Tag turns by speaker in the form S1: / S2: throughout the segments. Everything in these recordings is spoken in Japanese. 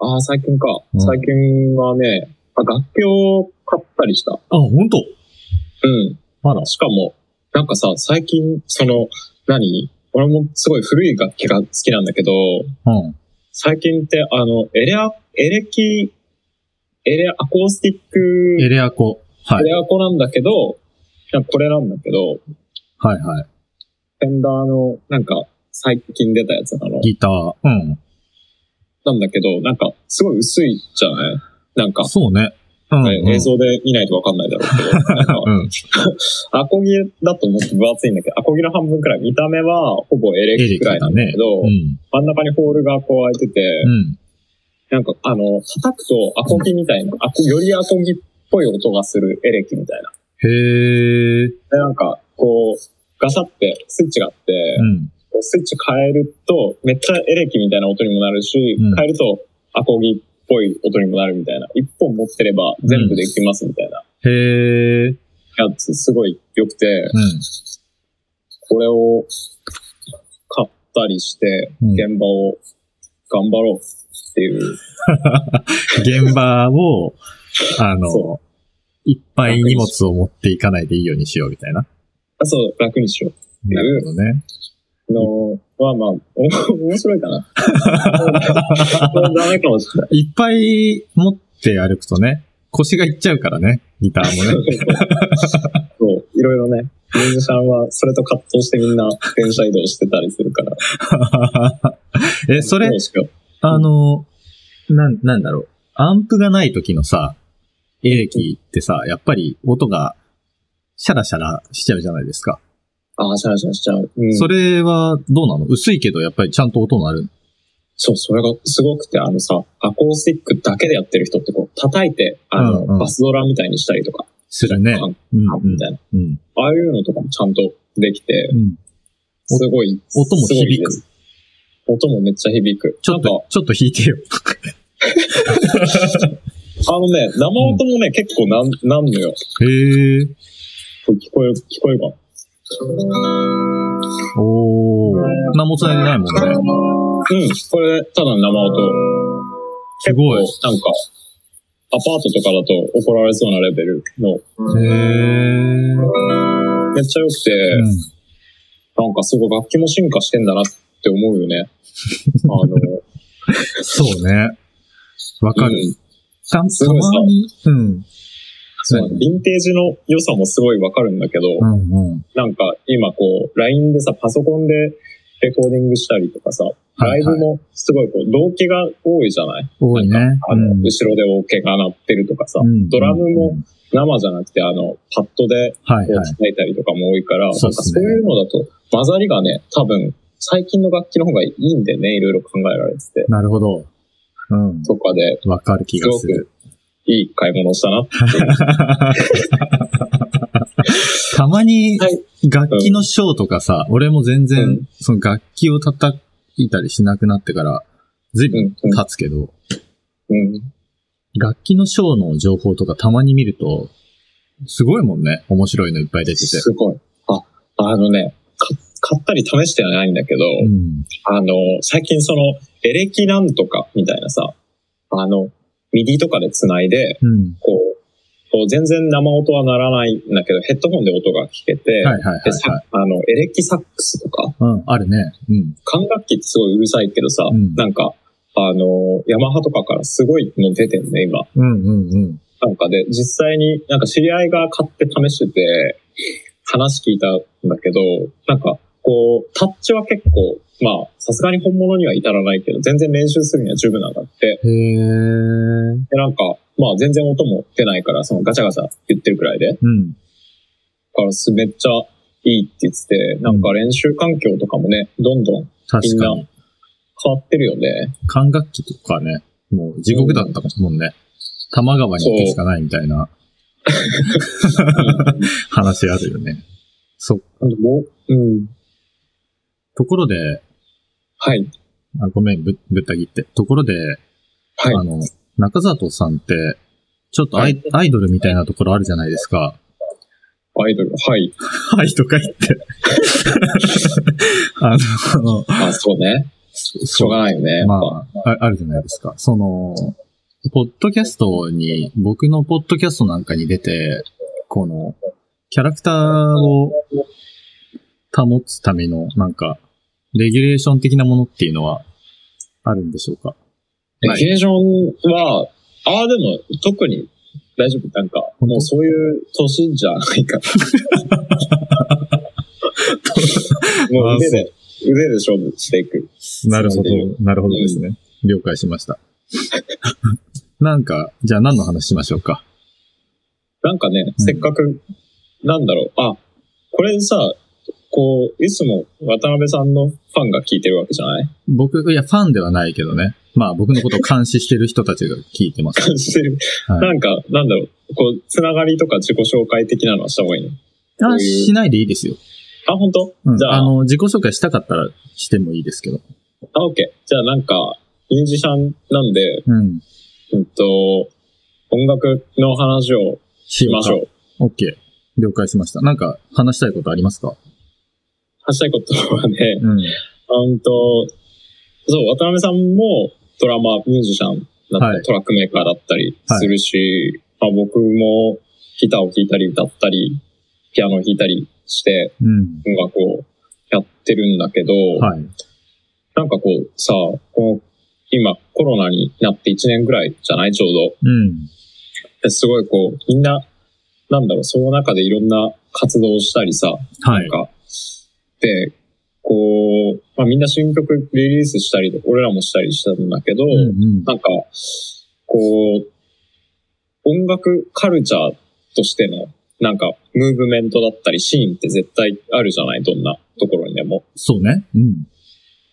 S1: ああ、最近か
S2: う。ん
S1: 最近はね、あ楽器を買ったりした。
S2: あ、本当
S1: うん。
S2: あら。
S1: しかも、なんかさ、最近、その、何俺もすごい古い楽器が好きなんだけど、
S2: うん。
S1: 最近って、あの、エレア、エレキ、エレアコースティック、
S2: エレアコ。は
S1: エ
S2: い。
S1: レアコなんだけど、なんかこれなんだけど、
S2: はいはい。
S1: フェンダーの、なんか、最近出たやつなの。
S2: ギター。うん。
S1: なんだけど、なんか、すごい薄いじゃないなんか、
S2: そうね。うん、
S1: ね
S2: うん。
S1: 映像で見ないとわかんないだろうけど、なんか
S2: うん。
S1: アコギだともっと分厚いんだけど、アコギの半分くらい、見た目はほぼエレ
S2: エレ
S1: キ
S2: キ
S1: くらいな
S2: だ
S1: んだ
S2: ね
S1: けど、。
S2: うん。
S1: 真ん中にホールがこう開いてて、
S2: うん。
S1: なんかあの、叩くとアコギみたいな、アコよりアコギっぽい音がするエレキみたいな。
S2: へえ。
S1: で、なんかこう、ガシャってスイッチがあって、
S2: うん。
S1: こうスイッチ変えると、めっちゃエレキみたいな音にもなるし、
S2: うん
S1: 変えるとアコギっぽい音にもなるみたいな。一本持ってれば全部できますみたいな
S2: へえ。
S1: やつ、すごい良くて、
S2: う
S1: これを買ったりして、
S2: ん。うん、
S1: 現場を頑張ろうっていう。
S2: 現場を、あの、
S1: そ
S2: いっぱい荷物を持っていかないでいいようにしようみたいな。
S1: う。そう、楽にしよん
S2: なるほどね。
S1: う。のは、まあ、お面白いか な。もうダメかもしれない。
S2: いっぱい持って歩くとね、腰がいっちゃうからね、ギター もね。
S1: そう、いろいろね。ミュージシャンはそれと葛藤してみんな電車移動してたりするから。
S2: え、それ
S1: どう、しよう
S2: あの、なん、なんだろう。アンプがない時のさ、エレキってさ、やっぱり音がシャラシャラしちゃうじゃないですか。
S1: ああ、シャラシャラしちゃう。うん、
S2: それはどうなの薄いけどやっぱりちゃんと音がある。
S1: そう、それがすごくて、あのさ、アコースティックだけでやってる人ってこう、叩いて、あの、
S2: うんうん
S1: バスドラみたいにしたりとか、
S2: するね。
S1: カン
S2: うん、
S1: カンみたいな。
S2: うん、
S1: ああいうのとかもちゃんとできて
S2: う、ん。
S1: すごい。
S2: 音も
S1: すごい
S2: 響く
S1: です。音もめっちゃ響く。
S2: ちょっ
S1: なん
S2: と
S1: か、、
S2: ちょっと弾いてよ。
S1: あのね、生音もね、結構なん、なんのよ。
S2: へえ。
S1: こう聞こえる、聞こえるかな。
S2: おー。何もつないでないもんね。
S1: うん、これ、ただの生音。
S2: すごい。
S1: 結構なんか、アパートとかだと怒られそうなレベルの、
S2: へえ。
S1: めっちゃ良くて、
S2: うん
S1: なんかすごい楽器も進化してんだなって思うよね。 あの、
S2: そうね。わかる。
S1: うん
S2: たた
S1: すごいさ
S2: まに。うん。
S1: そうヴィンテージの良さもすごいわかるんだけど、
S2: うんうん。
S1: なんか今こう、LINE でさ、パソコンでレコーディングしたりとかさ、ライブもすごいこう、動機が多いじゃない
S2: 多いね。
S1: あの、
S2: うん
S1: 後ろでオケが鳴ってるとかさ、
S2: うん
S1: ドラムも、生じゃなくてあの、パッドで
S2: はい
S1: こう
S2: はい。
S1: 叩いたりとかも多いから、
S2: そ
S1: そうう
S2: っ
S1: なん
S2: す
S1: か
S2: ね
S1: そういうのだと、混ざりがね、多分、最近の楽器の方がいいんでね、いろいろ考えられてて、
S2: なるほど。うん。
S1: とかで、
S2: わかる気がする。
S1: いい買い物したなっていう。
S2: たまに
S1: はい、
S2: 楽器のショーとかさ、俺も全
S1: う
S2: 然
S1: ん、
S2: その楽器を叩いたりしなくなってから、ずいぶん
S1: うん、
S2: 経つけど、
S1: うん。うん
S2: 楽器のショーの情報とかたまに見ると、すごいもんね。面白いのいっぱい出てて。
S1: すごい。あ、あのね、か買ったり試してはないんだけど、
S2: うん。
S1: あの、最近その、エレキなんとかみたいなさ、あの、ミディとかで繋いで、
S2: うん。
S1: こう、こう全然生音はならないんだけど、ヘッドホンで音が聞けて、
S2: はいはいはい
S1: でさ
S2: はい。
S1: あの、エレキサックスとか、
S2: うん、あるね。うん。
S1: 管楽器ってすごいうるさいけどさ、
S2: うん
S1: なんか、あの、ヤマハとかからすごいの出てんね、今。
S2: うんうんうん。
S1: なんかで、実際になんか知り合いが買って試してて、話聞いたんだけど、なんかこう、タッチは結構、まあ、さすがに本物には至らないけど、全然練習するには十分なんだって。
S2: へー。
S1: で、なんか、まあ全然音も出ないから、そのガチャガチャ言ってるくらいで。だ
S2: うん。
S1: からすめっちゃいいって言ってて、なんか練習環境とかもね、どんどんみ
S2: 確
S1: ん
S2: か
S1: な
S2: に。
S1: 変わってるよね。
S2: 管楽器とかね、もう地獄だったもんね。多摩川に行くしかないみたいな話あるよね。そ、
S1: うんもう、うん。
S2: ところで、
S1: はい。
S2: あごめん、ぶ、ぶった切って。ところで、
S1: はい
S2: あ。の、中里さんって、ちょっとアイ,、アイドルみたいなところあるじゃないですか。
S1: アイドル。 はい。
S2: はいとか言って。あの、
S1: あ、そうね。しょうがないよね。やっぱ
S2: まあ、ああるじゃないですか。その、ポッドキャストに、僕のポッドキャストなんかに出て、この、キャラクターを保つための、なんか、レギュレーション的なものっていうのは、あるんでしょうか
S1: レギュレーションは、ああ、でも特に大丈夫。なんか、
S2: 本当
S1: もうそういう年じゃないから。もう腕で、腕で勝負していく。
S2: なるほど、なるほどですね。了解しました。 なんか、じゃあ何の話しましょうか。
S1: なんかね、
S2: うん
S1: せっかく、なんだろう。あ、これさ、こう、いつも渡辺さんのファンが聞いてるわけじゃない
S2: 僕、いや、ファンではないけどね。まあ、僕のことを監視してる人たちが聞いてます。
S1: 感じてる。
S2: はい
S1: なんか、なんだろう。こう、つながりとか自己紹介的なのはした方がいいのうい
S2: あ、
S1: う
S2: しないでいいですよ。
S1: あ、本当、
S2: うん、
S1: じゃ
S2: あ
S1: あ、
S2: の、自己紹介したかったらしてもいいですけど。
S1: あ、オッケー。じゃあなんか、ミュージシャンなんで、
S2: うん。
S1: うんと、音楽の話を
S2: し
S1: しましょ
S2: う
S1: う。
S2: か。OK。了解しました。なんか、話したいことありますか
S1: 話したいことはね、
S2: うん。
S1: うんと、そう、渡辺さんもドラマー、ミュージシャンだったり、
S2: はい
S1: トラックメーカーだったりするし、まあ、僕もギターを弾いたり歌ったり、ピアノを弾いたりして
S2: うん。
S1: 音楽をやってるんだけど、
S2: はい。
S1: なんかこうさ、この今コロナになって1年ぐらいじゃないちょうど。
S2: うん。
S1: ですごいこう、みんな、なんだろう、その中でいろんな活動をしたりさ、
S2: は
S1: なん
S2: い。
S1: か、で、こう、まあみんな新曲リリースしたりと、俺らもしたりしたんだけど、
S2: うんうん。
S1: なんか、こう、音楽カルチャーとしての、なんか、ムーブメントだったり、シーンって絶対あるじゃないどんなところにでも。
S2: そうね。うん。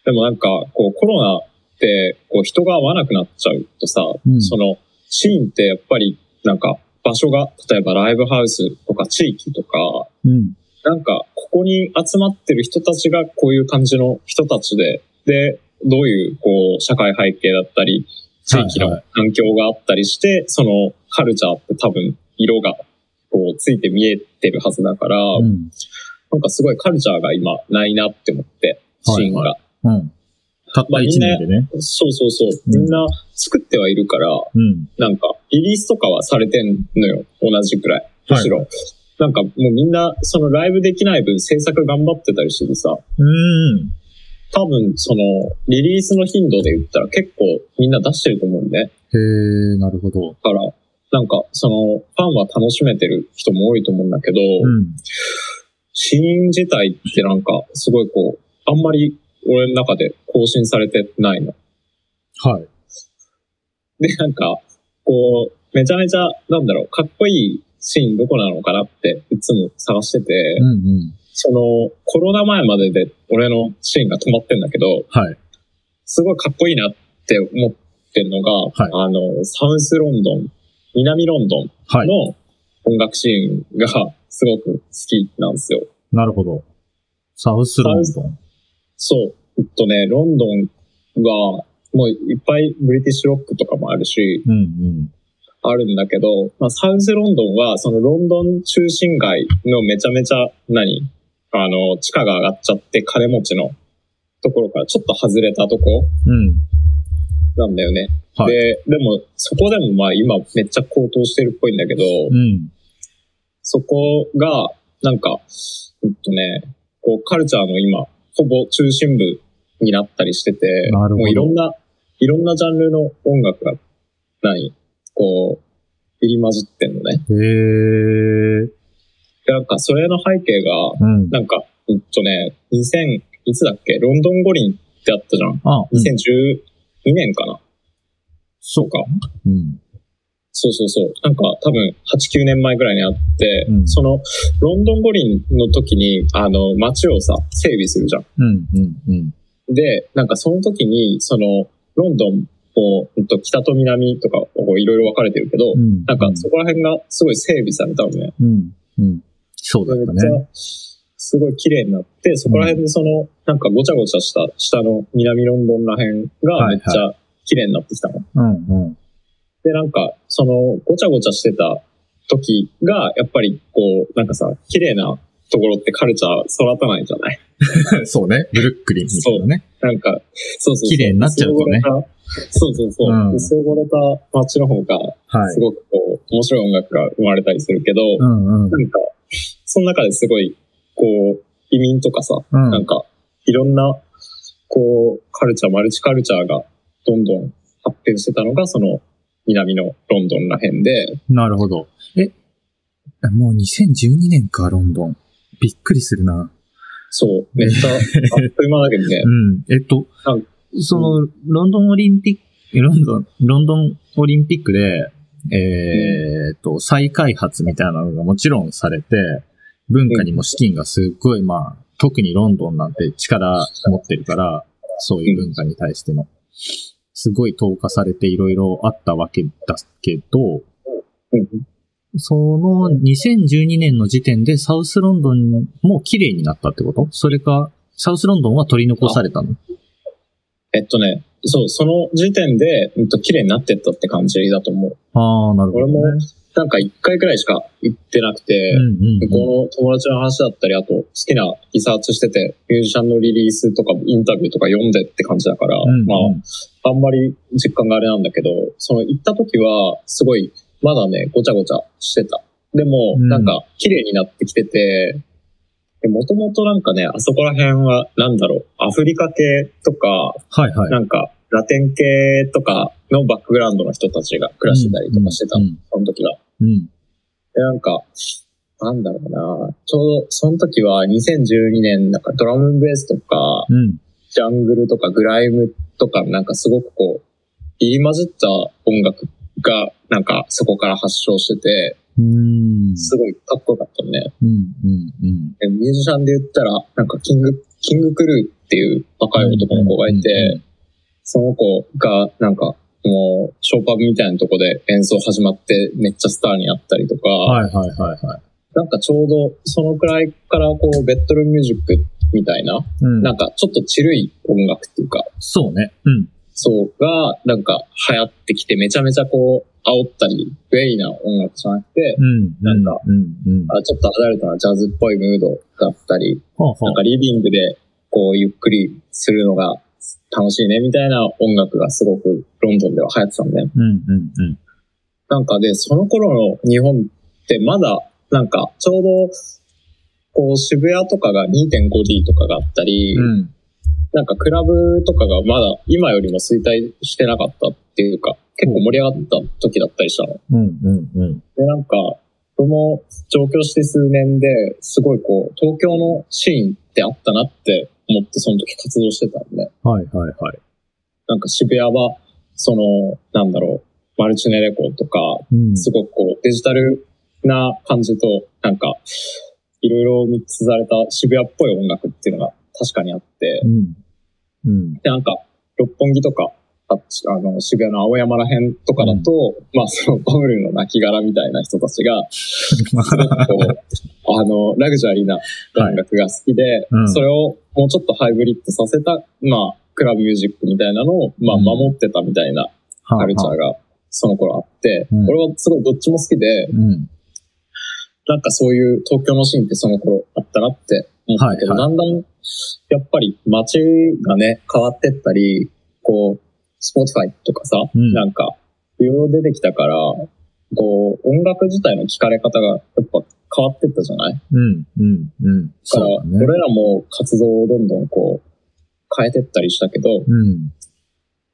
S1: でもなんか、こう、コロナって、こう、人が会わなくなっちゃうとさ、
S2: うん
S1: その、シーンってやっぱり、なんか、場所が、例えばライブハウスとか地域とか、
S2: うん。
S1: なんか、ここに集まってる人たちがこういう感じの人たちで、で、どういう、こう、社会背景だったり、地域の
S2: はいは
S1: 環境があったりして、その、カルチャーって多分、色が、こう、ついて見えてるはずだから、
S2: うん。
S1: なんかすごいカルチャーが今、ないなって思って、
S2: はいは
S1: シ
S2: い
S1: ーンが。
S2: うん。たった一年でね。
S1: そうそうそう。
S2: うん
S1: みんな作ってはいるから、
S2: うん。
S1: なんか、リリースとかはされてんのよ。同じくらい。むしろ。なんかもうみんな、そのライブできない分制作頑張ってたりしててさ、
S2: うん。
S1: 多分その、リリースの頻度で言ったら結構みんな出してると思うんね。
S2: へえ、なるほど。
S1: だから、なんか、その、ファンは楽しめてる人も多いと思うんだけど、
S2: うん。
S1: シーン自体ってなんか、すごいこう、あんまり俺の中で更新されてないの。
S2: はい。
S1: で、なんか、こう、めちゃめちゃ、なんだろう、かっこいいシーンどこなのかなって、いつも探してて、
S2: うんうん。
S1: その、コロナ前までで俺のシーンが止まってんだけど、
S2: はい。
S1: すごいかっこいいなって思ってるのが、
S2: い
S1: あの、サウスロンドン、南ロンドン
S2: はい。
S1: の音楽シーンがすごく好きなんですよ。
S2: なるほど。サウスロンドン。
S1: そう。えっとね、ロンドンは、もういっぱいブリティッシュロックとかもあるし、
S2: うんうん。
S1: あるんだけど、まあ、サウスロンドンは、そのロンドン中心街のめちゃめちゃ、何あの、地価が上がっちゃって金持ちのところからちょっと外れたとこ
S2: うん。
S1: なんだよね。
S2: はい
S1: で、でも、そこでもまあ今めっちゃ高騰してるっぽいんだけど、
S2: うん。
S1: そこが、なんか、うんとね、こう、カルチャーの今、ほぼ中心部になったりしてて、
S2: なるほど
S1: もういろんな、いろんなジャンルの音楽が、何こう、入り混じってんのね。
S2: へえ。
S1: でなんか、それの背景が、
S2: うん。
S1: なんか、うんとね、2000、いつだっけ、ロンドン五輪ってあったじゃん。
S2: あ、うん
S1: 2012年かな。
S2: そう
S1: か。
S2: うん。
S1: そうそうそう。なんか、多分、8、9年前ぐらいにあって、
S2: うん
S1: その、ロンドン五輪の時に、あの、街をさ、整備するじゃん。
S2: うん。うん。うん。
S1: で、なんか、その時に、その、ロンドンを、うんと、北と南とか、こういろいろ分かれてるけど、
S2: うん。
S1: なんか、そこら辺がすごい整備されたのね。
S2: うん。うん。そうだ
S1: め
S2: っ
S1: ったち
S2: ね。
S1: ゃすごい綺麗になって、そこら辺でその、なんかごちゃごちゃした下の南ロンドンら辺が
S2: はいはい
S1: めっちゃ綺麗になってきたの。
S2: うん。うん。
S1: で、なんか、そのごちゃごちゃしてた時が、やっぱりこう、なんかさ、綺麗なところってカルチャー育たないじゃない
S2: そうね。ブルックリンみたいなね。
S1: なんか、そうそうそう。
S2: 綺麗になっちゃうとね
S1: 薄汚れた。そうそうそう
S2: うん。
S1: 薄汚れた街の方が、
S2: はい
S1: す。ごくこう、面白い音楽が生まれたりするけど、
S2: うんうん。
S1: なんか、その中ですごい、こう、移民とかさ、
S2: うん
S1: なんか、いろんな、こう、カルチャー、マルチカルチャーがどんどん発展してたのが、その、南のロンドンら辺で、
S2: なるほど。え、もう2012年か、ロンドン。びっくりするな。
S1: そう、めっちゃ、あっという間だけどね
S2: う、ん。えっと
S1: あ、
S2: その、ロンドンオリンピック、えロンドン、ロンドンオリンピックで、えーっと、再開発みたいなのがもちろんされて、文化にも資金がすっごい、まあ、特にロンドンなんて力持ってるから、そういう文化に対しての。すごい投下されていろいろあったわけだけど、
S1: うん
S2: その2012年の時点でサウスロンドンも綺麗になったってことそれか、サウスロンドンは取り残されたの
S1: えっとね、そう、その時点で、うんと、綺麗になってったって感じだと思う。
S2: ああ、なるほど、ね。
S1: 俺もなんか一回くらいしか行ってなくて、
S2: うんうん
S1: 向
S2: うん、
S1: こうの友達の話だったり、あと好きなリサーチしてて、ミュージシャンのリリースとかもインタビューとか読んでって感じだから、
S2: うんうん
S1: まあ、あんまり実感があれなんだけど、その行った時は、すごい、まだね、ごちゃごちゃしてた。でも、
S2: うん
S1: なんか、綺麗になってきてて、もともとなんかね、あそこら辺は、なんだろう、アフリカ系とか、
S2: はいはい。
S1: なんか、ラテン系とかのバックグラウンドの人たちが暮らしてたりとかしてた、
S2: うん
S1: その時は。
S2: うんうん。
S1: で、なんか、なんだろうな。ちょうど、その時は2012年、なんかドラムベースとか、
S2: うん。
S1: ジャングルとかグライムとか、なんかすごくこう、入り混じった音楽が、なんかそこから発祥してて、
S2: うん。
S1: すごいかっこよかったのね。
S2: うん。うん。うん。
S1: でミュージシャンで言ったら、なんかキング、キングクルーっていう若い男の子がいて、その子が、なんか、もう、ショーパンみたいなとこで演奏始まって、めっちゃスターになったりとか、
S2: うん。はいはいはいはい。
S1: なんかちょうどそのくらいからこうベッドルームミュージックみたいな、
S2: うん。
S1: なんかちょっとチルい音楽っていうか、
S2: そうね。うん。
S1: そうがなんか流行ってきてめちゃめちゃこう煽ったり、ウェイな音楽じゃなくて、
S2: うん。
S1: なんか、
S2: うん。うん。
S1: あちょっとアダルトなジャズっぽいムードだったり、
S2: ほうほ
S1: な
S2: うん
S1: かリビングでこうゆっくりするのが楽しいねみたいな音楽がすごくロンドンでは流行ってたんで、
S2: うん。うん。うん。
S1: なんかで、その頃の日本ってまだ、なんか、ちょうど、こう渋谷とかが 2.5D とかがあったり、
S2: うん。
S1: なんかクラブとかがまだ今よりも衰退してなかったっていうか、結構盛り上がった時だったりしたの。
S2: うん。うん。うん。
S1: で、なんか、僕も上京して数年で、すごいこう、東京のシーンってあったなって思ってその時活動してたんで、
S2: はいはいはい。
S1: なんか渋谷は、その、なんだろう、マルチネレコとか、
S2: うん。
S1: すごくこうデジタルな感じと、なんか、いろいろミックスされた渋谷っぽい音楽っていうのが確かにあって、
S2: うん。うん。
S1: で、なんか、六本木とか、あっちあの、渋谷の青山ら辺とかだと、まあ、そのバブルの亡骸みたいな人たちが、すごくこ う、あの、ラグジュアリーな音楽が好きで、
S2: うん
S1: それをもうちょっとハイブリッドさせた、まあ、クラブミュージックみたいなのを、まあ、
S2: うん
S1: 守ってたみたいな
S2: は
S1: カルチャーが、その頃あって、
S2: うん
S1: 俺はすごいどっちも好きで、
S2: うん。
S1: なんかそういう東京のシーンってその頃あったなって思ったけど、
S2: はい
S1: だんだん、やっぱり街がね、変わってったり、こう、スポーツファイとかさ、
S2: うん
S1: なんか、いろいろ出てきたから、こう、音楽自体の聞かれ方がやっぱ変わってったじゃない
S2: うん。うん。うん。
S1: だから、
S2: そうだね。
S1: 俺らも活動をどんどんこう、変えてったりしたけど、
S2: うん。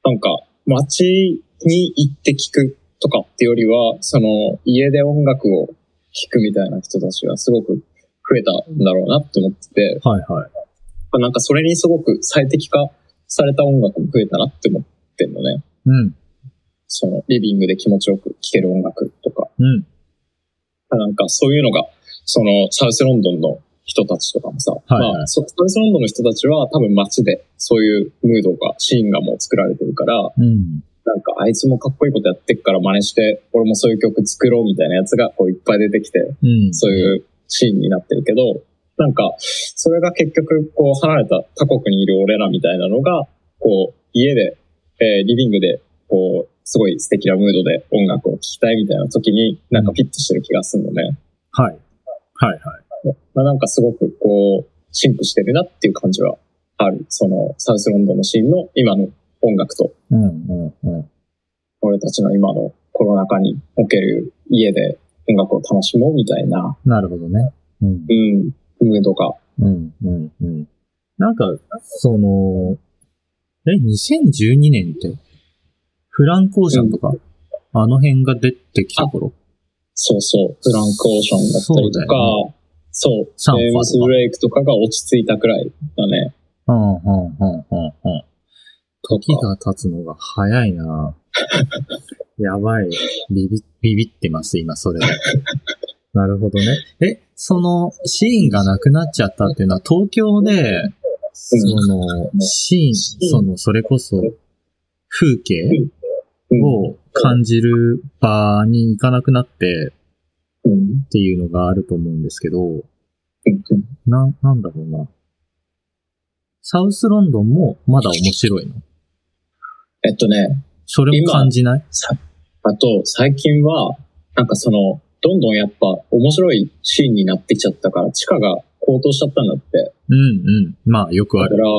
S1: なんか、街に行って聞くとかってよりは、その、家で音楽を聴くみたいな人たちがすごく増えたんだろうなって思ってて、
S2: はいはい。
S1: まあなんかそれにすごく最適化された音楽も増えたなって思ってんのね。
S2: うん。
S1: その、リビングで気持ちよく聴ける音楽とか。
S2: うん。
S1: なんかそういうのが、その、サウスロンドンの人たちとかもさ、
S2: いはい
S1: まあ、そサウスロンドンの人たちは多分街でそういうムードが、シーンがもう作られてるから、
S2: うん。
S1: なんかあいつもかっこいいことやってっから真似して、俺もそういう曲作ろうみたいなやつがこういっぱい出てきて、
S2: うん。
S1: そういうシーンになってるけど、なんか、それが結局こう離れた他国にいる俺らみたいなのが、こう家で、えーリビングで、こう、すごい素敵なムードで音楽を聴きたいみたいな時になんかフィットしてる気がするのね。
S2: はい。はいはい。
S1: まあ、なんかすごくこう、シンクしてるなっていう感じはある。その、サウスロンドンのシーンの今の音楽と、
S2: うんうんうん。
S1: 俺たちの今のコロナ禍における家で音楽を楽しもうみたいな、
S2: なるほどね。うん
S1: う。ん、ムードが。
S2: うんうんうん。なんか、その、え、2012年って、フランコーシャンとか、あの辺が出てきた頃
S1: そうそう、フランク・オーションだったりとか、そう,、
S2: サンファ
S1: エ
S2: とか
S1: ームス・ブレイクとかが落ち着いたくらいだね。
S2: うんうんうんうんうん。時が経つのが早いな やばい。ビビ、ビビってます、今、それ は。なるほどね。え、その、シーンがなくなっちゃったっていうのは、東京で、その、シーン、その、それこそ、風景
S1: うん
S2: を感じる場に行かなくなって
S1: うん
S2: っていうのがあると思うんですけど、
S1: うんうん
S2: な、なんだろうな。サウスロンドンもまだ面白いの
S1: えっとね、
S2: それも感じない
S1: さあと最近は、なんかその、どんどんやっぱ面白いシーンになってきちゃったから、地価が高騰しちゃったんだって。
S2: うんうん。まあ、よくあ
S1: だか
S2: る。
S1: ら、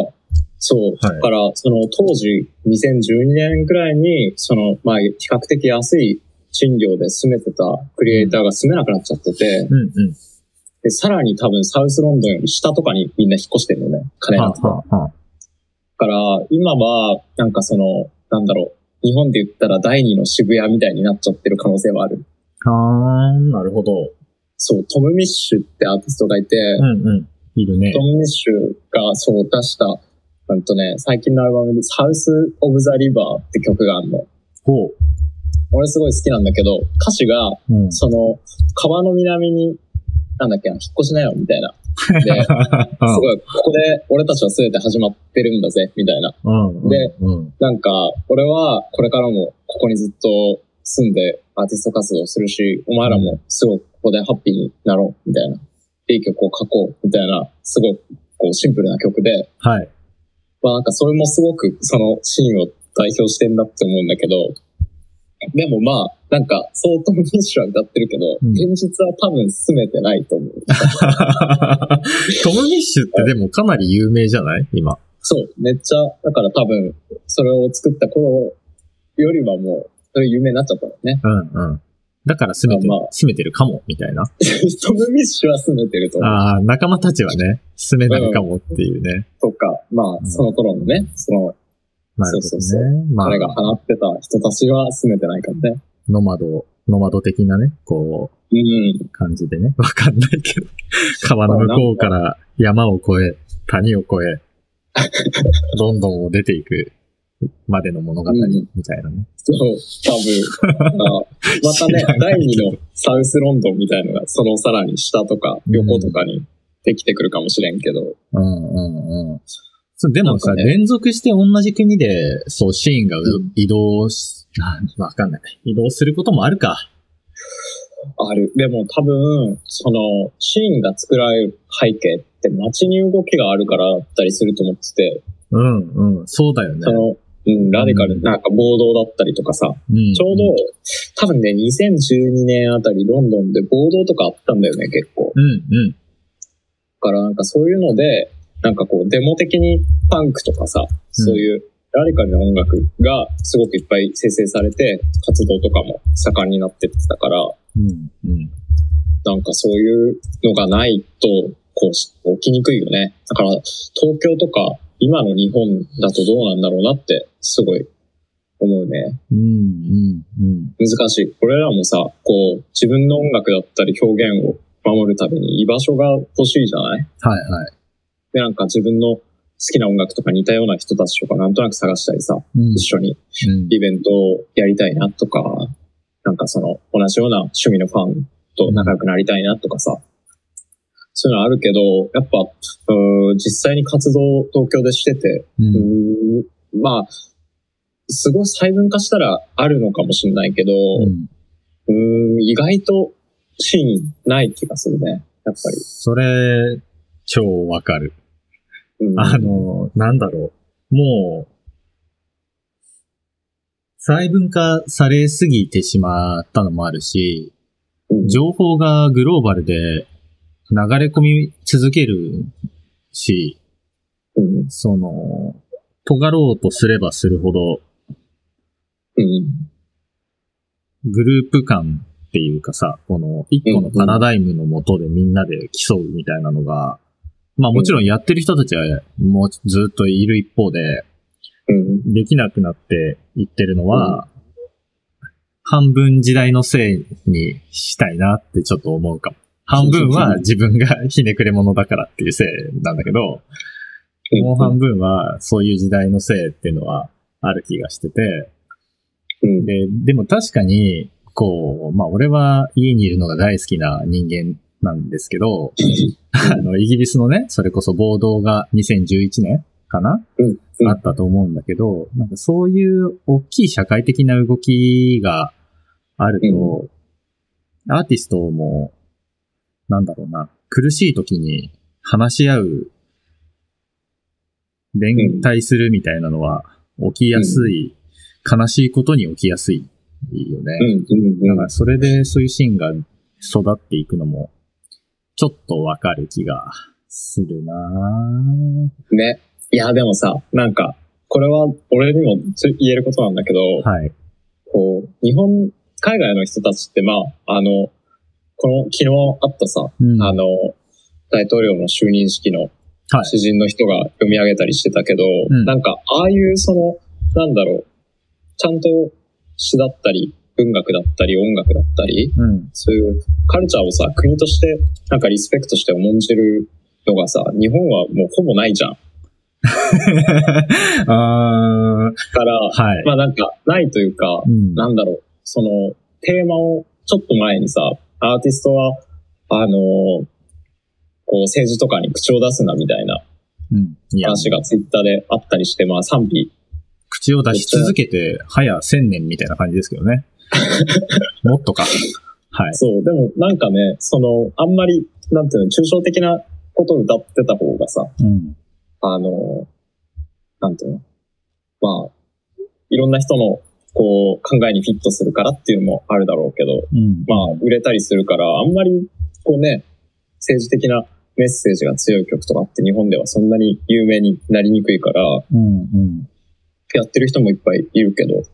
S1: そう、
S2: はい
S1: だから、その当時、2012年くらいに、その、まあ、比較的安い賃料で住めてたクリエイターが住めなくなっちゃってて、
S2: うんうん。
S1: で、さらに多分サウスロンドンより下とかにみんな引っ越してるのね、金な
S2: は
S1: くて。
S2: あ、はあ、はあ。
S1: だから、今は、なんかその、なんだろう、日本で言ったら第二の渋谷みたいになっちゃってる可能性はある。
S2: あー、なるほど。
S1: そう、トム・ミッシュってアーティストがいて、
S2: うんうん。いるね
S1: ト。ム・ミッシュがそう出した、うんとね、最近のアルバムで、サウス・オブ・ザ・リバーって曲があるの。
S2: ほ
S1: 俺すごい好きなんだけど、歌詞が、
S2: う。 うん。
S1: その、川の南に、なんだっけな、引っ越しなよ、みたいな。 で、すごい、ここで俺たちは全て始まってるんだぜ、みたいな。
S2: うん。
S1: で
S2: うん、うん。
S1: なんか、俺はこれからもここにずっと住んでアーティスト活動するし、お前らもすごくここでハッピーになろう、みたいな。いい曲を書こう、みたいな、すごくこうシンプルな曲で、
S2: はい。
S1: まあなんかそれもすごくそのシーンを代表してんだって思うんだけど、でもまあ、なんか、相当ミッシュは歌ってるけど、
S2: うん
S1: 現実は多分進めてないと思う。
S2: トム・ミッシュってでもかなり有名じゃない今。
S1: そう、めっちゃ、だから多分、それを作った頃よりはもう、それ有名になっちゃったのね。
S2: うんうん。だから住めてる
S1: まあまあ、
S2: 住めてるかも、みたいな。
S1: トム・ミッシュは住めてると思う。
S2: ああ、仲間たちはね、住めないかもっていうね。
S1: とか、ま
S2: う
S1: あ、
S2: ん
S1: その頃のね、その、
S2: なるほ
S1: そ
S2: ど
S1: うそう
S2: ね。まあ
S1: 彼、が放ってた人たちは住めてないからね。
S2: ノマド、ノマド的なね、こ
S1: うん
S2: う、。感じでね。 わかんないけど。川の向こうから山を越え、谷を越 え、ロンドンを出ていくまでの物語みたいなね。
S1: そう、多分。あまたね
S2: 知ら、な
S1: 第二
S2: いけど
S1: のサウスロンドンみたいのが、そのさらに下とか、横とかにできてくるかもしれんけど。
S2: うんうんうん。そうでもさ、
S1: なんかね
S2: 連続して同じ国で、そう、シーンがう
S1: うん
S2: 移動し、なんわかんない。移動することもあるか。
S1: ある。でも多分、その、シーンが作られる背景って街に動きがあるからだったりすると思ってて、
S2: うんうん。そうだよね
S1: そ。の、うん、ラディカル、なんか暴動だったりとかさ、
S2: うん
S1: ちょうど、多分ね、2012年あたりロンドンで暴動とかあったんだよね、結構。
S2: うんうん。
S1: だからなんかそういうので、なんかこう、デモ的にパンクとかさ、そういうラディカルな音楽がすごくいっぱい生成されて、活動とかも盛んになってってたから、
S2: うんうん。
S1: なんかそういうのがないと、こうし、起きにくいよね。だから、東京とか、今の日本だとどうなんだろうなって、すごい思うね。
S2: うんうんうん。
S1: 難しい。俺らもさ、こう、自分の音楽だったり表現を守るために居場所が欲しいじゃない
S2: はいはい。
S1: で、なんか自分の好きな音楽とか似たような人たちとかなんとなく探したりさ、
S2: うん
S1: 一緒に
S2: うん
S1: イベントをやりたいなとか、なんかその同じような趣味のファンと仲良くなりたいなとかさ、そういうのあるけど、やっぱ、うーん実際に活動を東京でしてて、
S2: うん
S1: うーんまあ、すごい細分化したらあるのかもしれないけど、
S2: うん
S1: うーん、意外とシーンない気がするね。やっぱり。
S2: それ、超わかる。
S1: うん、
S2: あの、なんだろう。もう、細分化されすぎてしまったのもあるし、
S1: うん
S2: 情報がグローバルで、流れ込み続けるし、
S1: うん。
S2: その、尖ろうとすればするほど、
S1: うん。
S2: グループ感っていうかさ、この一個のパラダイムのもとでみんなで競うみたいなのが、まあもちろんやってる人たちはもうずっといる一方で、
S1: うん。
S2: できなくなっていってるのは、半分時代のせいにしたいなってちょっと思うかも。半分は自分がひねくれ者だからっていうせいなんだけど、もう半分はそういう時代のせいっていうのはある気がしてて、
S1: うん。
S2: で、でも確かに、こう、まあ俺は家にいるのが大好きな人間なんですけど、あの、イギリスのね、それこそ暴動が2011年かな、
S1: うんうん
S2: あったと思うんだけど、なんかそういう大きい社会的な動きがあると、アーティストも、なんだろうな、苦しい時に話し合う、連帯するみたいなのは起きやすい、悲しいことに起きやすいよね。
S1: うん。うん。
S2: だからそれでそういうシーンが育っていくのも、ちょっとわかる気がするなぁ
S1: ね。いや、でもさ、なんか、これは俺にも言えることなんだけど、
S2: はい。
S1: こう、日本、海外の人たちって、まあ、あの、この、昨日あったさ、
S2: うん
S1: あの、大統領の就任式の
S2: はい
S1: 詩人の人が読み上げたりしてたけど、
S2: うん
S1: なんか、ああいうその、なんだろう、ちゃんと詩だったり、文学だったり、音楽だったり、
S2: うん。
S1: そういうカルチャーをさ、国として、なんかリスペクトして重んじるのがさ、日本はもうほぼないじゃん。
S2: あー
S1: だから、
S2: はい。
S1: まあなんか、ないというか、
S2: うん。
S1: なんだろう、その、テーマをちょっと前にさ、アーティストは、あのーこう政治とかに口を出すなみたいな
S2: うんいや、
S1: 話がツイッターであったりして、まあ賛否。
S2: 口を出し続けて、早千年みたいな感じですけ どね。もっとか。はい。
S1: そう、でもなんかね、その、あんまり、なんていうの、抽象的なことを歌ってた方がさ、
S2: うん。
S1: あのーなんていうの、まあ、いろんな人の、こう、考えにフィットするからっていうのもあるだろうけど、
S2: うん。
S1: まあ、売れたりするから、あんまり、こうね、政治的なメッセージが強い曲とかって日本ではそんなに有名になりにくいから、
S2: うん。うん。
S1: やってる人もいっぱいいるけど、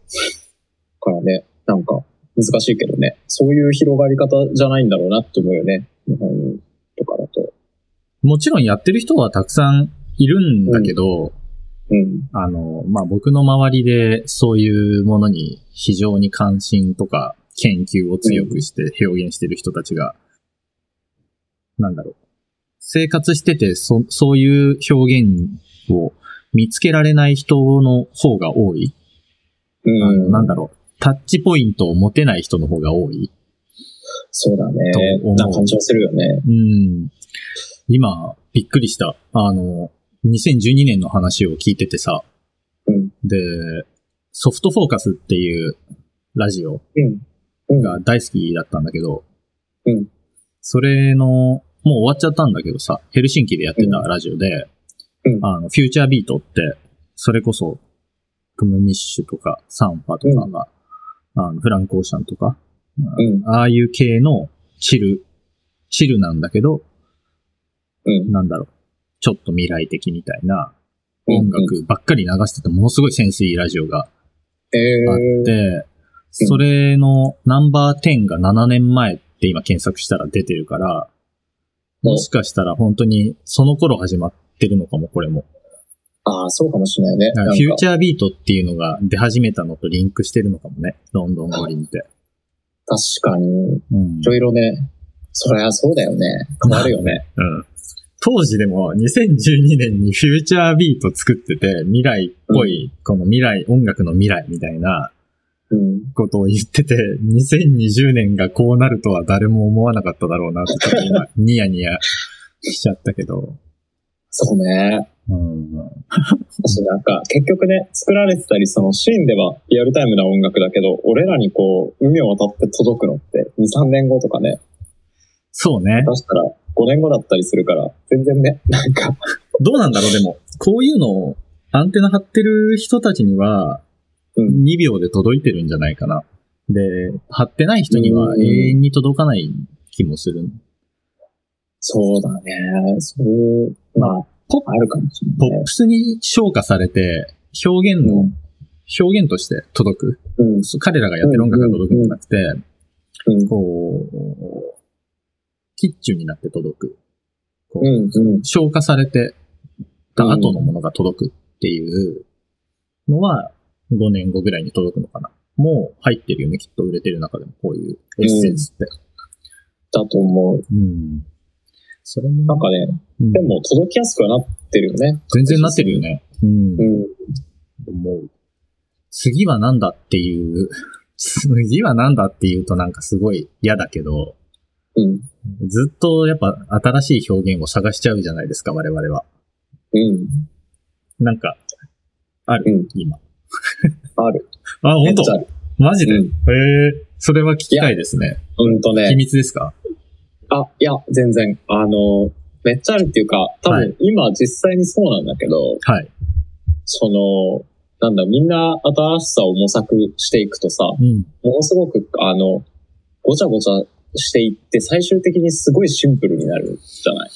S1: からね、なんか難しいけどね、そういう広がり方じゃないんだろうなって思うよね、日本とかだと。
S2: もちろんやってる人はたくさんいるんだけど、
S1: うん、
S2: あの、まあ、僕の周りでそういうものに非常に関心とか研究を強くして表現してる人たちが、なんだろう。生活してて、そ、そういう表現を見つけられない人の方が多い。
S1: うん、
S2: あの、なんだろう。タッチポイントを持てない人の方が多い。
S1: そうだね
S2: と思う。
S1: な感じはするよね。
S2: うん。今、びっくりした。あの、2012年の話を聞いててさ、
S1: うん、
S2: で、ソフトフォーカスっていうラジオ
S1: うん、うん、
S2: が大好きだったんだけど、
S1: うん
S2: それの、もう終わっちゃったんだけどさ、ヘルシンキでやってた
S1: う
S2: ラジオで、
S1: うん
S2: あの、フューチャービートって、それこそ、トム・ミッシュとか、サンファとかが、あのフランク・オーシャンとか、
S1: うん、
S2: ああいう系のチル、チルなんだけど、
S1: うん、
S2: なんだろう、ちょっと未来的みたいな
S1: うん
S2: 音楽ばっかり流してて、ものすごいセンスいいラジオが
S1: え
S2: あっ
S1: ー、
S2: て、それのナンバー10が7年前って今検索したら出てるから、もしかしたら本当にその頃始まってるのかも、これも。
S1: ああ、そうかもしれないね。
S2: だ
S1: なん
S2: から
S1: か
S2: フューチャービートっていうのが出始めたのとリンクしてるのかもね。ロンドン五輪って。
S1: 確かに、
S2: うん
S1: い。ろいろね、そりゃそうだよね。変わるよね。
S2: うん。当時でも2012年にフューチャービート作ってて、未来っぽい、この未来、音楽の未来みたいな
S1: うん。
S2: ことを言ってて、2020年がこうなるとは誰も思わなかっただろうなって、ちょっと今、ニヤニヤしちゃったけど。
S1: そうね。
S2: うん。
S1: 私なんか、結局ね、作られてたり、そのシーンではリアルタイムな音楽だけど、俺らにこう、海を渡って届くのって、2、3年後とかね、
S2: そうね。
S1: 出したら5年後だったりするから、全然ね、なんか、
S2: どうなんだろう、でも。こういうのを、アンテナ張ってる人たちには、
S1: うん。
S2: 2秒で届いてるんじゃないかな。で、張ってない人には永遠に届かない気もする。
S1: そうだね。そういう、まあ、
S2: ポッ
S1: あるかもしれな
S2: ポ
S1: い、ね
S2: ッ。プスに昇華されて、表現の、表現として届く。
S1: うん。うん。
S2: そう彼らがやってる音楽が届くんじゃなくて、
S1: うん。
S2: こう、キッチュになって届く。こう
S1: うん。うん。
S2: 消化されてた後のものが届くっていうのは、5年後ぐらいに届くのかな。もう入ってるよね、きっと売れてる中でも、こういうエッセンスって。
S1: だと思う。
S2: うん。それも
S1: なんかね、
S2: うん
S1: でも届きやすくはなってるよね。
S2: 全然なってるよね。うん
S1: うん。
S2: 思う。次はなんだっていう、次はなんだっていうとなんかすごい嫌だけど、
S1: うん。
S2: ずっとやっぱ新しい表現を探しちゃうじゃないですか、我々は。
S1: うん。
S2: なんか、ある、
S1: うん
S2: 今。
S1: ある。め
S2: あ、本
S1: っ
S2: 当
S1: ちゃある。
S2: マジで、
S1: う
S2: へ
S1: ん。
S2: えそれは聞きたいですね。
S1: うんと
S2: 秘
S1: ね。
S2: 密ですか
S1: あ、いや、全然。あの、めっちゃあるっていうか、多
S2: は
S1: 分
S2: い
S1: 今実際にそうなんだけど、
S2: はい。
S1: その、なんだ、みんな新しさを模索していくとさ、
S2: うん。
S1: ものすごく、あの、ごちゃごちゃしていって、最終的にすごいシンプルになるじゃない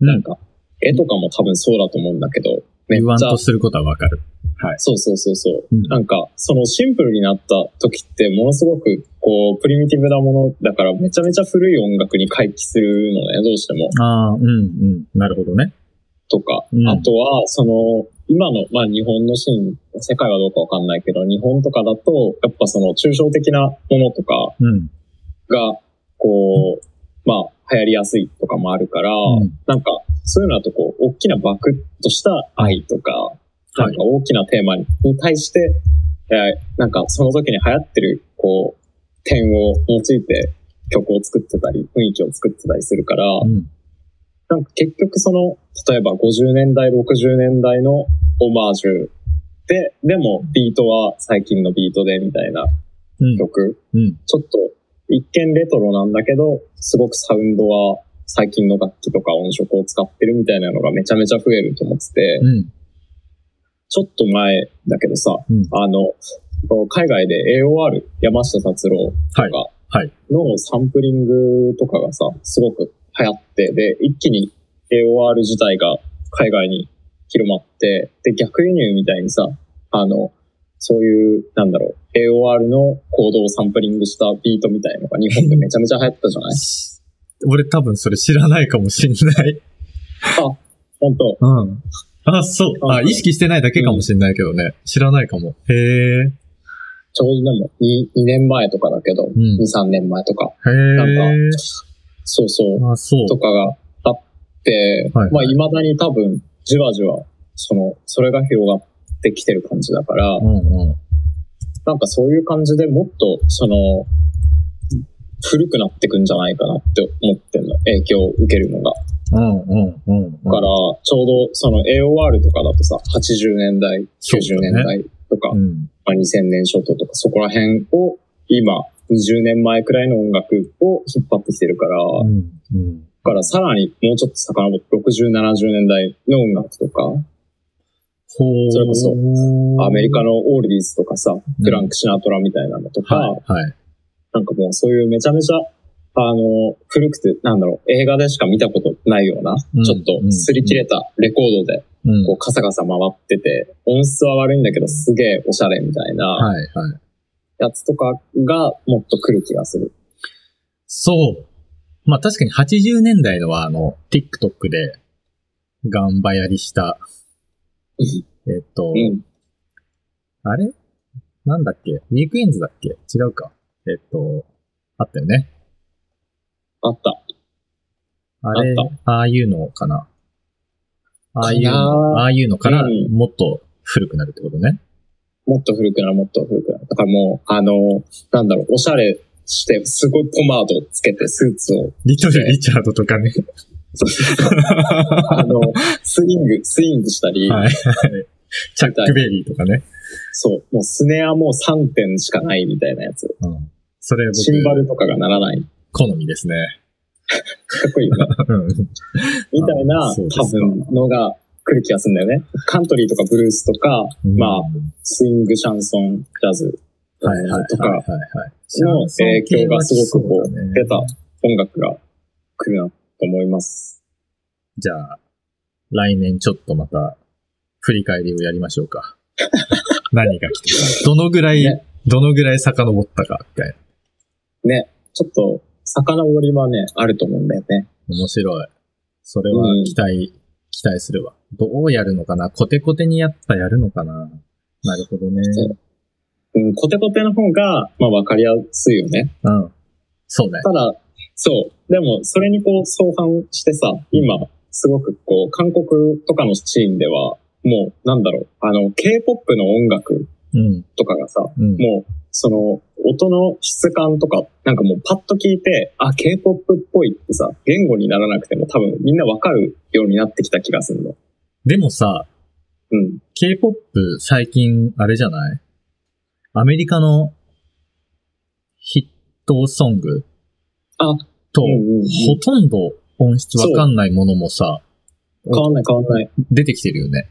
S2: なん
S1: か、絵とかも多分そうだと思うんだけど、めっ
S2: 言わん
S1: ちゃ
S2: と、することはわかる。はい。
S1: そうそうそうそう。
S2: うん
S1: なんか、そのシンプルになった時って、ものすごく、こう、プリミティブなものだから、めちゃめちゃ古い音楽に回帰するのね、どうしても。
S2: ああ、うん、うん。なるほどね。
S1: とか、
S2: うん
S1: あとは、その、今の、まあ日本のシーン、世界はどうかわかんないけど、日本とかだと、やっぱその抽象的なものとか
S2: うん。
S1: が、こう、まあ流行りやすいとかもあるから、
S2: うん
S1: なんか、そういうのだとこう、大きなバクッとした愛とか、
S2: い
S1: なんか大きなテーマに対して、えーなんかその時に流行ってる、こう、点を用いて曲を作ってたり、雰囲気を作ってたりするから、
S2: うん。
S1: なんか結局その、例えば50年代、60年代のオマージュで、でもビートは最近のビートでみたいな
S2: うん。
S1: 曲、
S2: うん。
S1: ちょっと一見レトロなんだけど、すごくサウンドは最近の楽器とか音色を使ってるみたいなのがめちゃめちゃ増えると思ってて、
S2: うん。
S1: ちょっと前だけどさ、
S2: うん
S1: あの、海外で AOR、山下達郎と
S2: はい
S1: か
S2: はい
S1: のサンプリングとかがさ、すごく流行って、で、一気に AOR 自体が海外に広まって、で、逆輸入みたいにさ、あの、そういう、なんだろう、AOR の行動をサンプリングしたビートみたいのが日本でめちゃめちゃ流行ったじゃない
S2: 俺多分それ知らないかもしんない。
S1: 本当
S2: うん。 あ、そう。あ、
S1: うん
S2: 意識してないだけかもしれないけどね。知らないかも。へえ。へ
S1: ちょうどでも 2, 2年前とかだけど、
S2: ん
S1: 2、3年前とか、
S2: え
S1: な。そうそう、
S2: あ、そう。
S1: とかがあって、
S2: はいはい
S1: まあ未だに多分じわじわ、その、それが広がってきてる感じだから、
S2: うんうん。
S1: なんかそういう感じでもっと、その、古くなってくんじゃないかなって思ってんの。影響を受けるのが。
S2: うんうんうん。
S1: だから、ちょうどその AOR とかだとさ、80年代、
S2: そう
S1: 90
S2: だね
S1: 年代とか、
S2: うん。
S1: まあ、2000年初頭とか、そこら辺を今、20年前くらいの音楽を引っ張ってきてるから、
S2: うん。うん。
S1: だからさらにもうちょっと遡って60、70年代の音楽とか、
S2: ほう。
S1: それこそ、アメリカ
S2: の。
S1: のオールディーズとかさ、フランク・シナトラみたいなのとか、
S2: はい。はい。
S1: なんかもうそういうめちゃめちゃ、あの、古くて、なんだろう、映画でしか見たことないような、
S2: うん
S1: ちょっと擦り切れたレコードで、
S2: うん。
S1: こうカサカサ回ってて、音質は悪いんだけどすげえおしゃれみたいな
S2: はいはい。
S1: やつとかがもっと来る気がする。
S2: そう。まあ確かに80年代のは、あの、TikTok で、ガンバやりした、えっ
S1: う、
S2: と
S1: ん。
S2: あれなんだっけウィークエンズだっけ違うか。えっと、あったよね。
S1: あった。
S2: あれ
S1: あっ、
S2: ああいうのかな。ああいう
S1: かな
S2: の、ああいうのから
S1: うん
S2: もっと古くなるってことね。
S1: もっと古くなる、もっと古くなる。だからもう、あの、なんだろう、おしゃれして、すごいポマードつけて、スーツを
S2: リトル・リチャードとかね。
S1: あ の、スイング、スイングしたり、
S2: はい。チャック・ベリーとかね。
S1: そう、もうスネアもう3点しかないみたいなやつ。
S2: うん。それ
S1: シンバ
S2: 僕、
S1: ルとかがならない。
S2: 好みですね。
S1: かっこいい よね。
S2: うん
S1: みたい
S2: あ
S1: な
S2: そうで、すか
S1: 多分、のが来る気がするんだよね。カントリーとかブルースとか、まあ、スイング、シャンソン、ジャズ
S2: はいはいはい
S1: と
S2: はい
S1: か
S2: はい。
S1: の影響がすごくこう、
S2: シャンソン系はそうだね
S1: 出た音楽が来るなと思います。
S2: じゃあ、来年ちょっとまた、振り返りをやりましょ うか。何が来てたどのぐらい、
S1: ね
S2: どのぐらい遡ったか、みたいな。
S1: ね、ちょっと、遡りはね、あると思うんだよね。
S2: 面白い。それは期待、期待するわ。どうやるのかなコテコテにやったやるのかななるほどね。
S1: そううん、コテコテの方が、まあわかりやすいよね。
S2: うん。そうね。
S1: ただ、そう。でも、それにこう、相反してさ、今、すごくこう、韓国とかのシーンでは、もう、なんだろう、あの、K-POP の音楽
S2: うん。
S1: とかがさ、
S2: うん。
S1: もう、その、音の質感とか、なんかもうパッと聞いて、あ、K-POP っぽいってさ、言語にならなくても多分みんなわかるようになってきた気がするの。
S2: でもさ、
S1: うん。
S2: K-POP 最近、あれじゃないアメリカのヒットソング
S1: あ
S2: と、
S1: うんうんうん
S2: ほとんど音質わかんないものもさ、
S1: 変わんない変わんない。
S2: 出てきてるよね。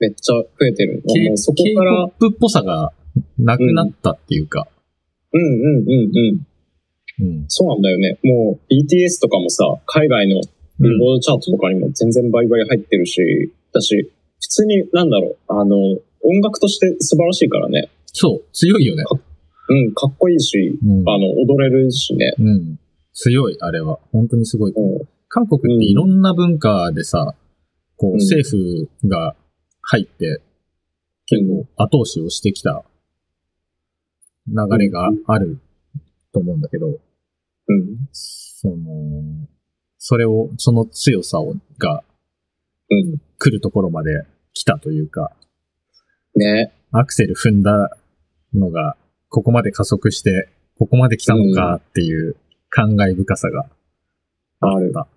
S1: めっちゃ増えてる。
S2: K-
S1: もうそこから、
S2: K-POP っぽさがなくなったっていうか。
S1: うんうんうんうん。
S2: うん。
S1: そうなんだよね。もう BTS とかもさ、海外のビルボードチャートとかにも全然バリバリ入ってるし、だし、普通に、なんだろう、あの、音楽として素晴らしいからね。
S2: そう、強いよね。
S1: うん、かっこいいし、
S2: うん
S1: あ。の、踊れるしね。
S2: うん。強い、あれは。本当にすごい。
S1: うん、
S2: 韓国っていろんな文化でさ、こう、
S1: うん
S2: 政府が入って、結構後押しをしてきた流れがあると思うんだけど、
S1: うん、
S2: その、それを、その強さを、が
S1: うん。
S2: 来るところまで来たというか、
S1: ね。
S2: アクセル踏んだのが、ここまで加速して、ここまで来たのかっていう感慨深さがあった。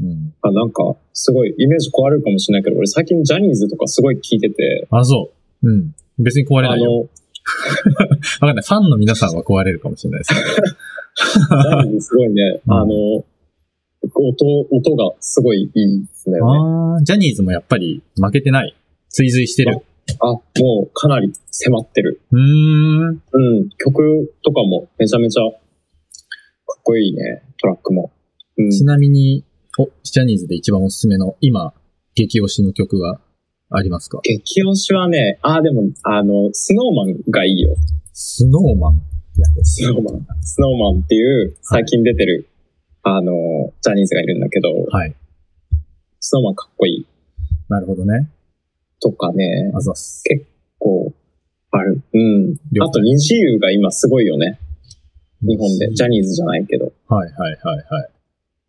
S2: うん。
S1: あなんか、すごい、イメージ壊れるかもしれないけど、俺最近ジャニーズとかすごい聞いてて、
S2: あ、そう。うん。別に壊れ
S1: あ
S2: ないよ。
S1: の、
S2: わかんない。ファンの皆さんは壊れるかもしれないですけ、
S1: ジャニーズすごいね
S2: うん
S1: あの、音、音がすごいいいですね。
S2: ど。ああ、ジャニーズもやっぱり負けてない。追随してる。
S1: あ、もうかなり迫ってる。
S2: うーん。
S1: うん、曲とかもめちゃめちゃかっこいいね、トラックも。うん、
S2: ちなみに、お、ジャニーズで一番おすすめの、今、激推しの曲はありますか
S1: 激推しはね、あ、でも、あの、スノーマンがいいよ。
S2: スノーマン。
S1: スノーマン。スノーマンっていう最近出てる、あの、ジャニーズがいるんだけど、
S2: はい。
S1: スノーマンかっこいい
S2: なるほどね。
S1: とかね、
S2: あざっす。
S1: こう、ある。うん。
S2: 了解
S1: あと、二自由が今すごいよね。日本で。ジャニーズじゃないけど。
S2: はいはいはいはい。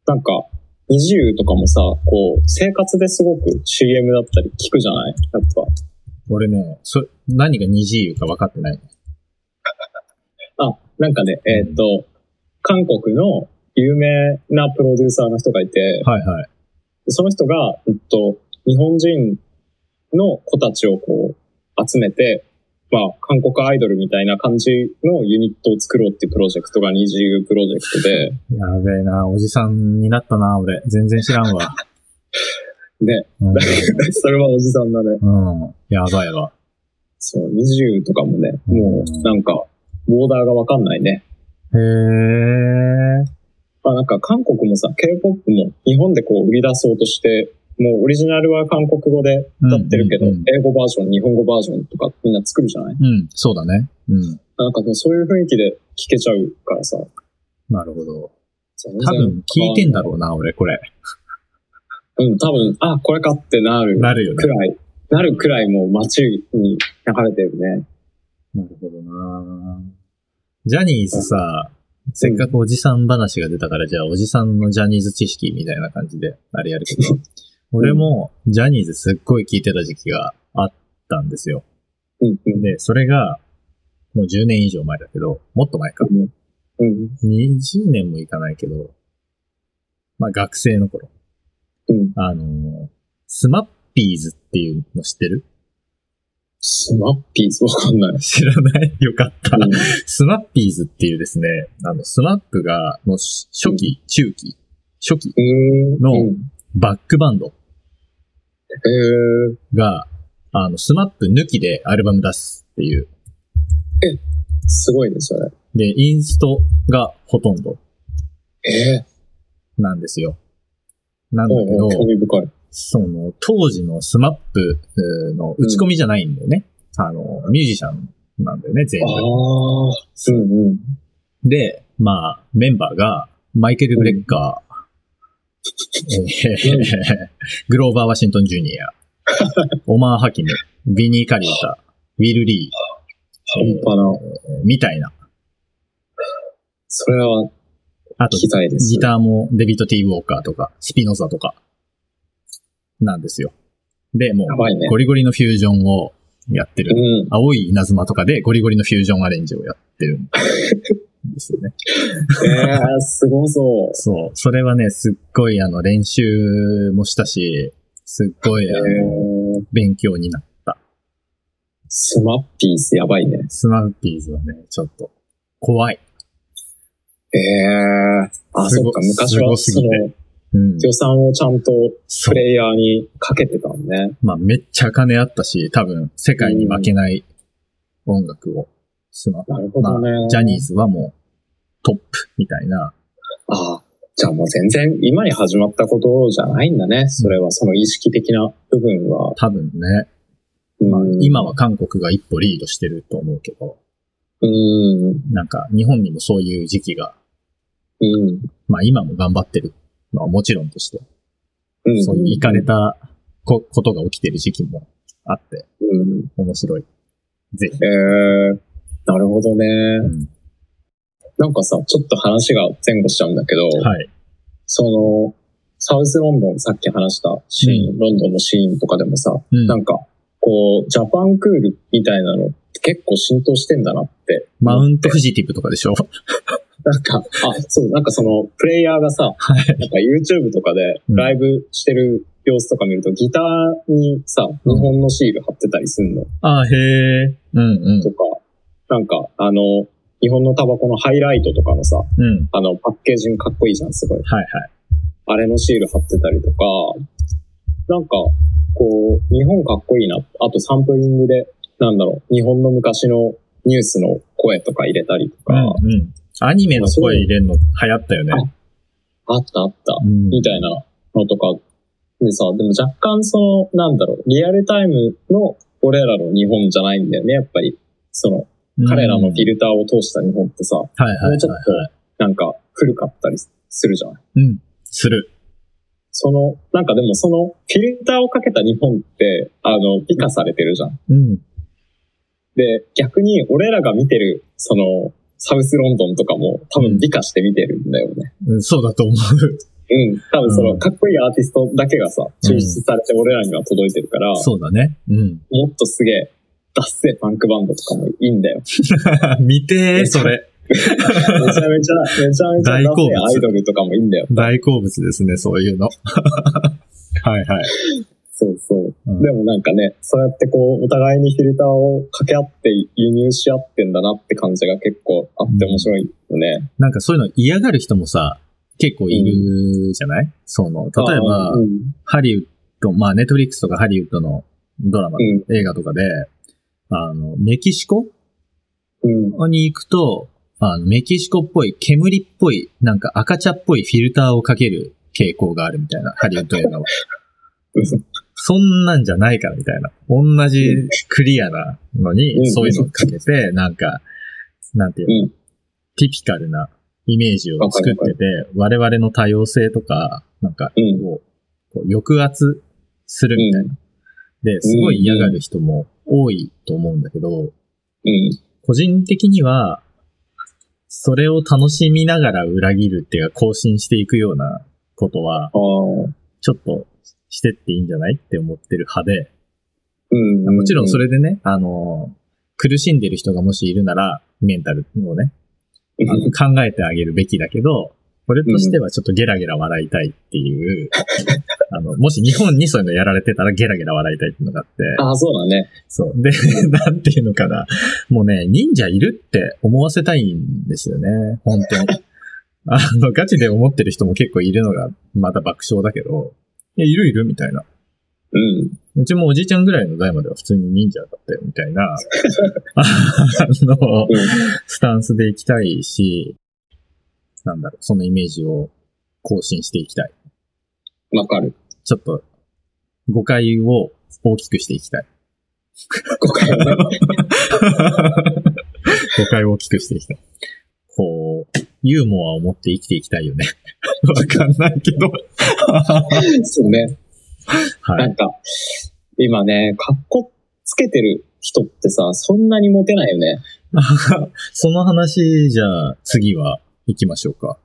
S1: なんか、二自由とかもさ、こう、生活ですごく CM だったり聞くじゃないやっぱ。
S2: 俺ね、そ、何が二自由か分かってない。
S1: あ、なんかね、えーっと、韓国の有名なプロデューサーの人がいて、
S2: はいはい。
S1: その人が、えっと、日本人の子たちをこう、集めて、まあ、韓国アイドルみたいな感じのユニットを作ろうっていうプロジェクトが二自由プロジェクトで、
S2: やべえな、おじさんになったな、俺。全然知ら んわ。
S1: で、
S2: うん。
S1: それはおじさんだね。
S2: うん、やばいわ。
S1: そう、二自由とかもね、もう、なんか、ボーダーがわかんないね。
S2: へえ。
S1: まあなんか韓国もさ、K-POP も日本でこう売り出そうとして、もうオリジナルは韓国語で歌ってるけど、
S2: うんうんうん
S1: 英語バージョン、日本語バージョンとかみんな作るじゃない
S2: うん、そうだね。うん。
S1: なんかもうそういう雰囲気で聴けちゃうからさ。
S2: なるほど。
S1: 多
S2: 多分聞いてんだろうな、俺、これ。
S1: うん、多分、あ、これかってなる
S2: なるよね
S1: く。らい、なるくらいもう街に流れてるね。
S2: なるほどなジャニーズさ、せっかくおじさん話が出たから、じゃあおじさんのジャニーズ知識みたいな感じで、あれやるけど、俺もジャニーズすっごい聞いてた時期があったんですよ。
S1: うん、うん。
S2: で、それが、もう10年以上前だけど、もっと前か。
S1: うん、
S2: 20年もいかないけど、まあ学生の頃。
S1: うん。
S2: あのー、スマッピーズっていうの知ってる
S1: スマッピーズわかんない。
S2: 知らない よかった。
S1: うん
S2: スマッピーズっていうですね、あの、スマップが、のし初期、中期、初期、
S1: うーん。
S2: の
S1: うん
S2: バックバンド
S1: へ
S2: が、あの、スマップ抜きでアルバム出すってい
S1: ー、
S2: う。
S1: すごいね、それ。
S2: で、インストがほとんど。
S1: えー、
S2: なんですよ。なんだ
S1: おう
S2: け
S1: お
S2: ど
S1: う、興味深い。
S2: その、当時のスマップの打ち込みじゃないんだよね。あの、ミュージシャンなんだよね、全
S1: あ
S2: 部。
S1: あ、うんうん。
S2: で、まあ、メンバーが、マイケル・ブレッカー、 グローバー・ワシントン・ジュニ ア、オマー・ハキム、ビニー・カリータ、ウィル・リー、
S1: 半端な。
S2: みたいな。
S1: それは
S2: あと
S1: 聞、きたいです。
S2: ギターもデビット・ティー・ウォーカーとか、スピノザとか、なんですよ。で、も
S1: やばいね
S2: う、ゴリゴリのフュージョンをやってる。
S1: うん。
S2: 青い稲妻とかでゴリゴリのフュージョンアレンジをやってるんですよ ね。
S1: えー、 すごそう。
S2: そう。それはね、すっごいあの練習もしたし、すっごい
S1: え
S2: あの、
S1: ー、
S2: 勉強になっ
S1: スマッピースやばいね。
S2: スマッピーズはね、ちょっと怖い。
S1: えー、あ、
S2: す
S1: そ
S2: ご
S1: っか、昔は
S2: すご
S1: そ
S2: すぎて
S1: の
S2: うん。
S1: 予算をちゃんと
S2: そ
S1: プ
S2: う。
S1: レイヤーにかけてたんね。
S2: まあめっちゃ金あったし、多分世界に負けない音楽を、スマッ
S1: なるほ
S2: ま
S1: どね。
S2: あ、ジャニーズはもうトップみたいな、
S1: ああ。じゃあもう全然今に始まったことじゃないんだね。それは、その意識的な部分は。
S2: 多分ね、まあ
S1: うん、
S2: 今は韓国が一歩リードしてると思うけど、
S1: うん。
S2: なんか日本にもそういう時期が、
S1: うん。
S2: まあ今も頑張ってるのはもちろんとして、
S1: うん。
S2: そういう行かれたこことが起きてる時期もあって、
S1: うん。
S2: 面白い。ぜひ。
S1: えー、なるほどね。
S2: うん
S1: なんかさ、ちょっと話が前後しちゃうんだけど、
S2: はい。
S1: その、サウスロンドン、さっき話したシーン、ロンドンのシーンとかでもさ、
S2: うん
S1: なんか、こう、ジャパンクールみたいなのって結構浸透してんだなって。
S2: マウントフジティブとかでしょ
S1: なんか、あ、そう、なんかその、プレイヤーがさ、
S2: はい。
S1: なんか YouTube とかで
S2: うん
S1: ライブしてる様子とか見ると、ギターにさ、日本のシール貼ってたりすんの
S2: あーへえ。うんうん
S1: と。か、なんか、あの、日本のタバコのハイライトとかのさ、
S2: うん。
S1: あの、パッケージングかっこいいじゃん、すごい。
S2: はいはい。
S1: あれのシール貼ってたりとか、なんか、こう、日本かっこいいな。あとサンプリングで、なんだろう、日本の昔のニュースの声とか入れたりとか、
S2: うんうん。アニメの声入れるの流行ったよね。
S1: あったあった、
S2: うん
S1: みたいなのとか、でさ、でも若干その、なんだろう、リアルタイムの俺らの日本じゃないんだよね、やっぱり。その、彼らのフィルターを通した日本ってさ、
S2: うん。はいはい
S1: も
S2: は
S1: う
S2: い
S1: ちょっと
S2: はい。
S1: なんか古かったりするじゃん。
S2: うん。する。
S1: その、なんかでもその、フィルターをかけた日本って、あの、美化されてるじゃん。
S2: うん。
S1: で、逆に俺らが見てる、その、サウスロンドンとかも多分美化して見てるんだよね。
S2: うんそうだと思う。
S1: うん。多分その、
S2: うん
S1: かっこいいアーティストだけがさ、抽出されて俺らには届いてるから、
S2: そうだね。 うん。
S1: もっとすげえ、ダッセーパンクバンドとかもいいんだよ。
S2: 見てー、それ。
S1: めちゃめちゃ、めちゃめちゃダッ
S2: 大
S1: セ
S2: 好物
S1: ーアイドルとかもいいんだよ。
S2: 大好物ですね、そういうの。 はいはい。
S1: そうそう。
S2: うん
S1: でもなんかね、そうやってこう、お互いにフィルターを掛け合って輸入し合ってんだなって感じが結構あって面白いよね。
S2: なんかそういうの嫌がる人もさ、結構いるじゃない、その、例えば
S1: あーうん、
S2: ハリウッド、まあ、ネットフリックスとかハリウッドのドラマ、
S1: うん
S2: 映画とかで、あの、メキシコ
S1: うん。
S2: に行くと、あの、メキシコっぽい、煙っぽい、なんか赤茶っぽいフィルターをかける傾向があるみたいな、ハリウッド映画 は。そんなんじゃないからみたいな。同じクリアなの
S1: う
S2: に、
S1: ん
S2: そういうのをかけて、なんか、なんていうの、
S1: うん
S2: ティピカルなイメージを作ってて、我々の多様性とか、なんか、
S1: うん。
S2: をこう抑圧するみたいな。で、すごい嫌がる人も多いと思うんだけど、
S1: うん。
S2: 個人的には、それを楽しみながら裏切るっていうか、更新していくようなことは、
S1: ああ。
S2: ちょっとしてっていいんじゃないって思ってる派で、
S1: うん。
S2: もちろんそれでね、あの、苦しんでる人がもしいるなら、メンタルをね、
S1: うん、
S2: あの考えてあげるべきだけど、俺としてはちょっとゲラゲラ笑いたいって いう、あの、もし日本にそういうのやられてたらゲラゲラ笑いたいっていうのがあって、
S1: ああ、そうだね。
S2: そう。で、 なんていうのかな。もうね、忍者いるって思わせたいんですよね、本当に。あの、ガチで思ってる人も結構いるのが、また爆笑だけど、いや、いるいるみたいな。
S1: うん。
S2: うちもおじいちゃんぐらいの代までは普通に忍者だったよ、みたいな、あの、
S1: うん
S2: スタンスで行きたいし、なんだろう、そのイメージを更新していきたい。
S1: わかる。
S2: ちょっと、誤解を大きくしていきたい。
S1: 誤解はね。
S2: 誤解を大きくしていきたい。こう、ユーモアを持って生きていきたいよね。 わかんないけど。
S1: そうね。
S2: は。
S1: ないんか、今ね、格好つけてる人ってさ、そんなにモテないよね。
S2: その話、じゃあ次は行きましょうか。